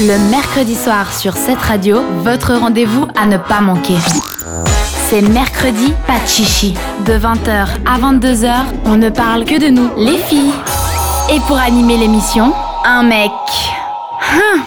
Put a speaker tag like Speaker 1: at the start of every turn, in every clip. Speaker 1: Le mercredi soir sur cette radio, votre rendez-vous à ne pas manquer. C'est mercredi, pas de chichi. De 20h à 22h, on ne parle que de nous, les filles. Et pour animer l'émission, un mec. Hum,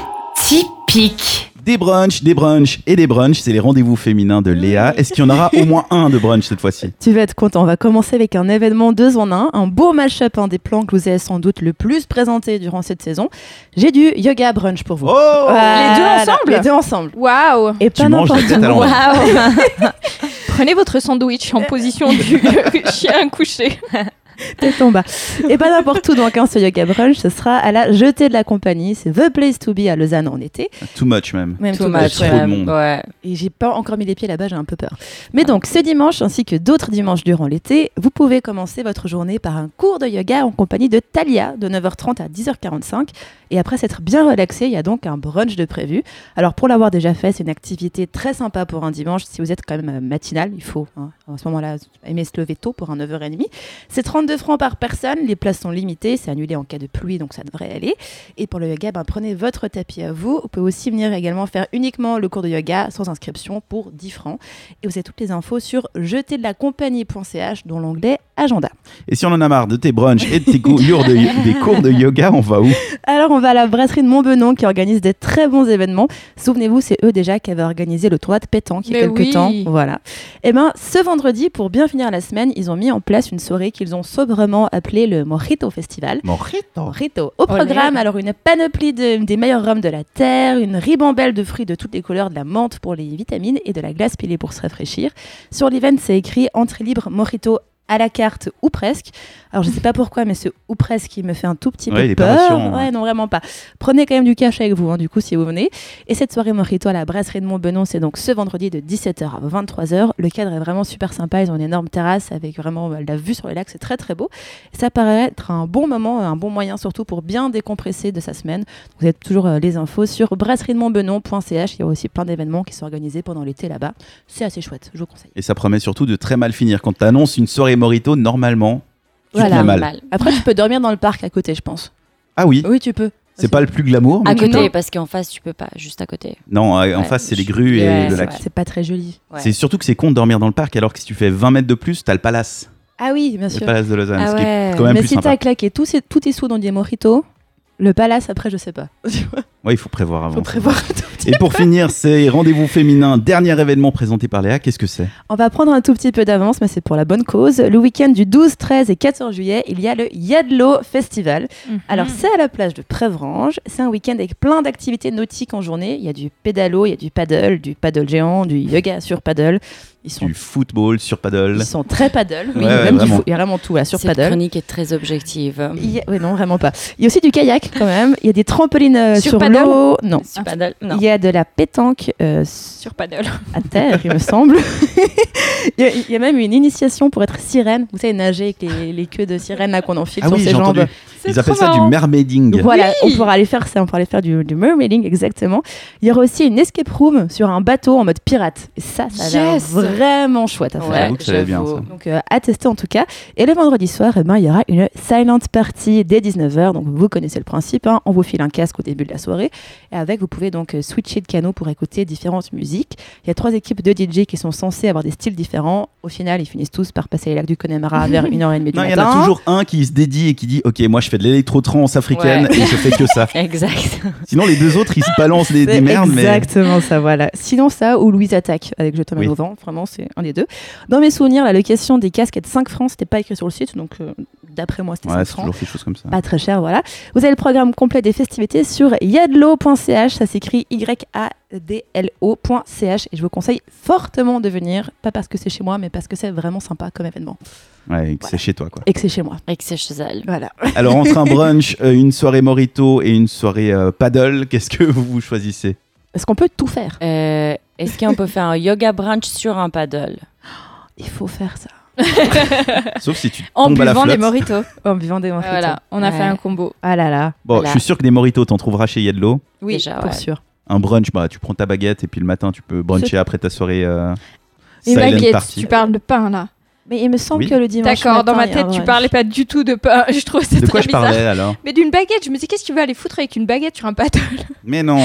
Speaker 1: typique.
Speaker 2: Des brunchs, des brunchs et des brunchs, c'est les rendez-vous féminins de Léa. Est-ce qu'il y en aura au moins un de brunch cette fois-ci
Speaker 3: Tu vas être content. On va commencer avec un événement deux en un, un beau match-up, un des plans que vous avez sans doute le plus présenté durant cette saison. J'ai du yoga brunch pour vous.
Speaker 2: Oh
Speaker 3: Voilà.
Speaker 4: deux ensemble
Speaker 3: Les deux ensemble.
Speaker 4: Waouh
Speaker 3: Et pas
Speaker 2: Tu manges la
Speaker 3: n'importe
Speaker 2: tête à
Speaker 3: où.
Speaker 2: l'envers.
Speaker 4: Prenez votre sandwich en position du chien couché.
Speaker 3: Tête en bas. Et pas n'importe où donc hein, ce yoga brunch, ce sera à la jetée de la compagnie. C'est The Place to Be à Lausanne en été.
Speaker 2: Too much même.
Speaker 3: Même
Speaker 2: much.
Speaker 3: much,
Speaker 2: Trop de monde.
Speaker 4: Ouais.
Speaker 3: Et j'ai pas encore mis les pieds là-bas, j'ai un peu peur. Mais donc, ce dimanche ainsi que d'autres dimanches durant l'été, vous pouvez commencer votre journée par un cours de yoga en compagnie de Talia de 9h30 à 10h45. Et après s'être bien relaxé, il y a donc un brunch de prévu. Alors, pour l'avoir déjà fait, c'est une activité très sympa pour un dimanche. Si vous êtes quand même euh, matinal, il faut hein, à ce moment-là aimer se lever tôt pour un 9h30. C'est 32 francs par personne, les places sont limitées, c'est annulé en cas de pluie, donc ça devrait aller. Et pour le yoga, ben, prenez votre tapis à vous. Vous pouvez aussi venir également faire uniquement le cours de yoga sans inscription pour 10 francs. Et vous avez toutes les infos sur jeterdelacompagnie.ch dans l'onglet Agenda.
Speaker 2: Et si on en a marre de tes brunchs et de tes cours de, des cours de yoga, on va où
Speaker 3: Alors on va à la brasserie de Montbenon qui organise des très bons événements. Souvenez-vous, c'est eux déjà qui avaient organisé le tournoi de pétanque il y a
Speaker 4: Mais
Speaker 3: quelques
Speaker 4: oui.
Speaker 3: temps. Voilà. Et ben ce vendredi, pour bien finir la semaine, ils ont mis en place une soirée qu'ils ont sobrement appelée le Mojito Festival.
Speaker 2: Morito.
Speaker 3: Rito. Au programme, alors une panoplie de- des meilleurs rhums de la terre, une ribambelle de fruits de toutes les couleurs, de la menthe pour les vitamines et de la glace pilée pour se rafraîchir. Sur l'event, c'est écrit entrée libre, mojito à la carte ou presque. Alors je sais pas pourquoi, mais ce ou presque il me fait un tout petit
Speaker 2: Ouais, il
Speaker 3: peu
Speaker 2: est pas
Speaker 3: peur.
Speaker 2: rassurant, hein.
Speaker 3: Ouais, non vraiment pas. Prenez quand même du cash avec vous, hein, du coup si vous venez. Et cette soirée mojito à la brasserie de Montbenon, c'est donc ce vendredi de 17h à 23h. Le cadre est vraiment super sympa. Ils ont une énorme terrasse avec vraiment euh, la vue sur le lac, c'est très très beau. Ça paraît être un bon moment, un bon moyen surtout pour bien décompresser de sa semaine. Vous avez toujours euh, les infos sur brasseriedemontbenon.ch. Il y a aussi plein d'événements qui sont organisés pendant l'été là-bas. C'est assez chouette, je vous conseille.
Speaker 2: Et ça promet surtout de très mal finir. Quand t'annonces une soirée morito, normalement, tu te
Speaker 3: Voilà.
Speaker 2: fais mal.
Speaker 3: Après, tu peux dormir dans le parc à côté, je pense.
Speaker 2: Ah oui,
Speaker 3: Oui, tu peux.
Speaker 2: c'est pas le plus glamour.
Speaker 5: À
Speaker 2: mais-
Speaker 5: côté, parce qu'en face, tu peux pas, juste à côté.
Speaker 2: Non, euh, en
Speaker 5: Ouais.
Speaker 2: face, c'est les grues et
Speaker 5: Ouais,
Speaker 2: le
Speaker 5: c'est
Speaker 2: lac.
Speaker 5: vrai.
Speaker 3: C'est pas très joli.
Speaker 5: Ouais.
Speaker 2: C'est surtout que c'est con de dormir dans le parc alors que si tu fais 20 mètres de plus, t'as le palace.
Speaker 3: Ah oui, bien
Speaker 2: Le
Speaker 3: sûr.
Speaker 2: palace de Lausanne,
Speaker 5: Ah
Speaker 2: ce qui est
Speaker 5: ouais.
Speaker 2: quand même
Speaker 3: Mais
Speaker 2: plus
Speaker 3: si
Speaker 2: sympa.
Speaker 3: t'as claqué tous, ces- tous tes sous dans des mojitos, le palace après, je sais pas.
Speaker 2: Ouais, il faut prévoir avant.
Speaker 3: Faut prévoir.
Speaker 2: Et pour finir, ces rendez-vous féminins, dernier événement présenté par Léa, qu'est-ce que c'est
Speaker 3: On va prendre un tout petit peu d'avance, mais c'est pour la bonne cause. Le week-end du 12, 13 et 14 juillet, il y a le Yadlo Festival. Alors, c'est à la plage de Prévrange. C'est un week-end avec plein d'activités nautiques en journée. Il y a du pédalo, il y a du paddle, du paddle géant, du yoga sur paddle. Ils sont,
Speaker 2: Du football sur paddle.
Speaker 3: ils sont très paddle. Oui,
Speaker 2: Ouais, ouais,
Speaker 3: même du
Speaker 2: vraiment.
Speaker 3: fou- il y a vraiment tout là, sur
Speaker 5: Cette
Speaker 3: paddle.
Speaker 5: chronique est très objective.
Speaker 3: Il y a- ouais, non, vraiment pas. Il y a aussi du kayak quand même. Il y a des trampolines euh,
Speaker 4: Sur
Speaker 3: sur,
Speaker 4: paddle
Speaker 3: l'eau. Non.
Speaker 5: Sur paddle, non.
Speaker 3: Il y a de la pétanque euh,
Speaker 4: Sur paddle.
Speaker 3: à terre, il me semble. il, y a, il y a même une initiation pour être sirène. Vous savez, nager avec les, les queues de sirène là qu'on enfile
Speaker 2: Ah
Speaker 3: sur
Speaker 2: oui,
Speaker 3: ses
Speaker 2: j'ai entendu.
Speaker 3: jambes.
Speaker 2: Ils appellent ça du mermaiding.
Speaker 3: Voilà,
Speaker 4: Oui.
Speaker 3: on pourra aller faire ça, on pourra aller faire du, du mermailing, exactement. Il y aura aussi une escape room sur un bateau en mode pirate. Et ça, ça a l'air
Speaker 4: Yes.
Speaker 3: vraiment chouette à
Speaker 5: Ouais,
Speaker 3: faire.
Speaker 2: J'avoue que ça allait bien,
Speaker 5: j'avoue.
Speaker 2: ça.
Speaker 3: Donc euh, à tester en tout cas. Et le vendredi soir, eh ben, il y aura une silent party dès 19h. Donc vous connaissez le principe, hein. on vous file un casque au début de la soirée. Et avec, vous pouvez donc euh, switcher de canaux pour écouter différentes musiques. Il y a trois équipes de DJ qui sont censées avoir des styles différents. Au final, ils finissent tous par passer les lacs du Connemara vers 1h30 du
Speaker 2: Non, il y en
Speaker 3: matin.
Speaker 2: a toujours un qui se dédie et qui dit Ok, moi je fais de l'électro-trance africaine
Speaker 5: Ouais.
Speaker 2: et je fais que ça.
Speaker 5: Exact.
Speaker 2: Sinon, les deux autres ils se balancent des, des
Speaker 3: C'est
Speaker 2: merdes, mais.
Speaker 3: Exactement ça, voilà. Sinon, ça ou Louise Attaque avec Je tombe
Speaker 2: Oui.
Speaker 3: au vent, vraiment, c'est un des deux. Dans mes souvenirs, la location des casques est de 5 francs, c'était pas écrit sur le site, donc euh, d'après moi, c'était
Speaker 2: Ouais,
Speaker 3: 5
Speaker 2: c'est
Speaker 3: francs.
Speaker 2: toujours ces choses comme ça.
Speaker 4: Ah.
Speaker 3: Pas très cher, voilà. Vous avez le programme complet des festivités sur yadlo.ch, ça s'écrit Y-A-D-L-O.ch et je vous conseille fortement de venir, pas parce que c'est chez moi, mais parce que c'est vraiment sympa comme événement
Speaker 2: Ouais, c'est chez toi, quoi.
Speaker 3: et que c'est chez moi.
Speaker 5: Et que c'est chez elle.
Speaker 3: Voilà.
Speaker 2: Alors, entre un brunch, euh, une soirée morito et une soirée euh, paddle, qu'est-ce que vous choisissez
Speaker 3: Parce qu'on peut tout faire.
Speaker 5: Euh, Est-ce qu'on peut faire un yoga brunch sur un paddle
Speaker 3: Il faut faire ça.
Speaker 2: Sauf si tu
Speaker 4: En
Speaker 2: tombes à la
Speaker 4: buvant
Speaker 2: flotte.
Speaker 4: des mojitos.
Speaker 3: En buvant des mojitos.
Speaker 4: voilà, on a
Speaker 5: Ouais.
Speaker 4: fait un combo.
Speaker 3: Ah là là,
Speaker 2: Bon,
Speaker 5: Voilà.
Speaker 2: je suis sûr que des moritos, t'en trouveras chez Yadlo.
Speaker 4: Oui,
Speaker 5: Déjà,
Speaker 3: pour
Speaker 5: ouais.
Speaker 3: sûr.
Speaker 2: Un brunch, bah, tu prends ta baguette et puis le matin, tu peux bruncher après ta soirée. euh,
Speaker 4: Et
Speaker 2: silent
Speaker 4: baguette,
Speaker 2: party.
Speaker 4: tu parles de pain là.
Speaker 3: Mais il me semble
Speaker 2: Oui.
Speaker 3: que le dimanche.
Speaker 4: D'accord, dans ma
Speaker 3: matin, il y a
Speaker 4: tête,
Speaker 3: un
Speaker 4: tu
Speaker 3: brunch.
Speaker 4: parlais pas du tout de pain. Je trouve ça
Speaker 2: De quoi
Speaker 4: très
Speaker 2: je
Speaker 4: bizarre.
Speaker 2: parlais alors
Speaker 4: Mais d'une baguette, je me dis qu'est-ce qu'il va aller foutre avec une baguette sur un pâteau
Speaker 2: Mais non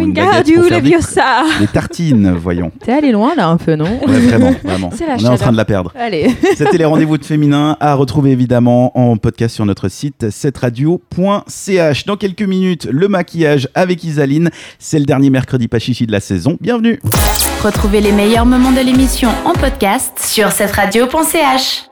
Speaker 2: une
Speaker 4: Wingardium
Speaker 2: baguette pour faire des,
Speaker 4: Leviosa
Speaker 2: des tartines, voyons.
Speaker 3: T'es allé loin là un peu, non
Speaker 2: Ouais, vraiment, vraiment.
Speaker 4: C'est la
Speaker 2: On est en
Speaker 4: chaleur.
Speaker 2: train de la perdre.
Speaker 3: Allez.
Speaker 2: C'était les rendez-vous de féminin à retrouver évidemment en podcast sur notre site setradio.ch. Dans quelques minutes, le maquillage avec Isaline. C'est le dernier mercredi pas chichi de la saison. Bienvenue.
Speaker 1: Retrouvez les meilleurs moments de l'émission en podcast sur cette radio.ch.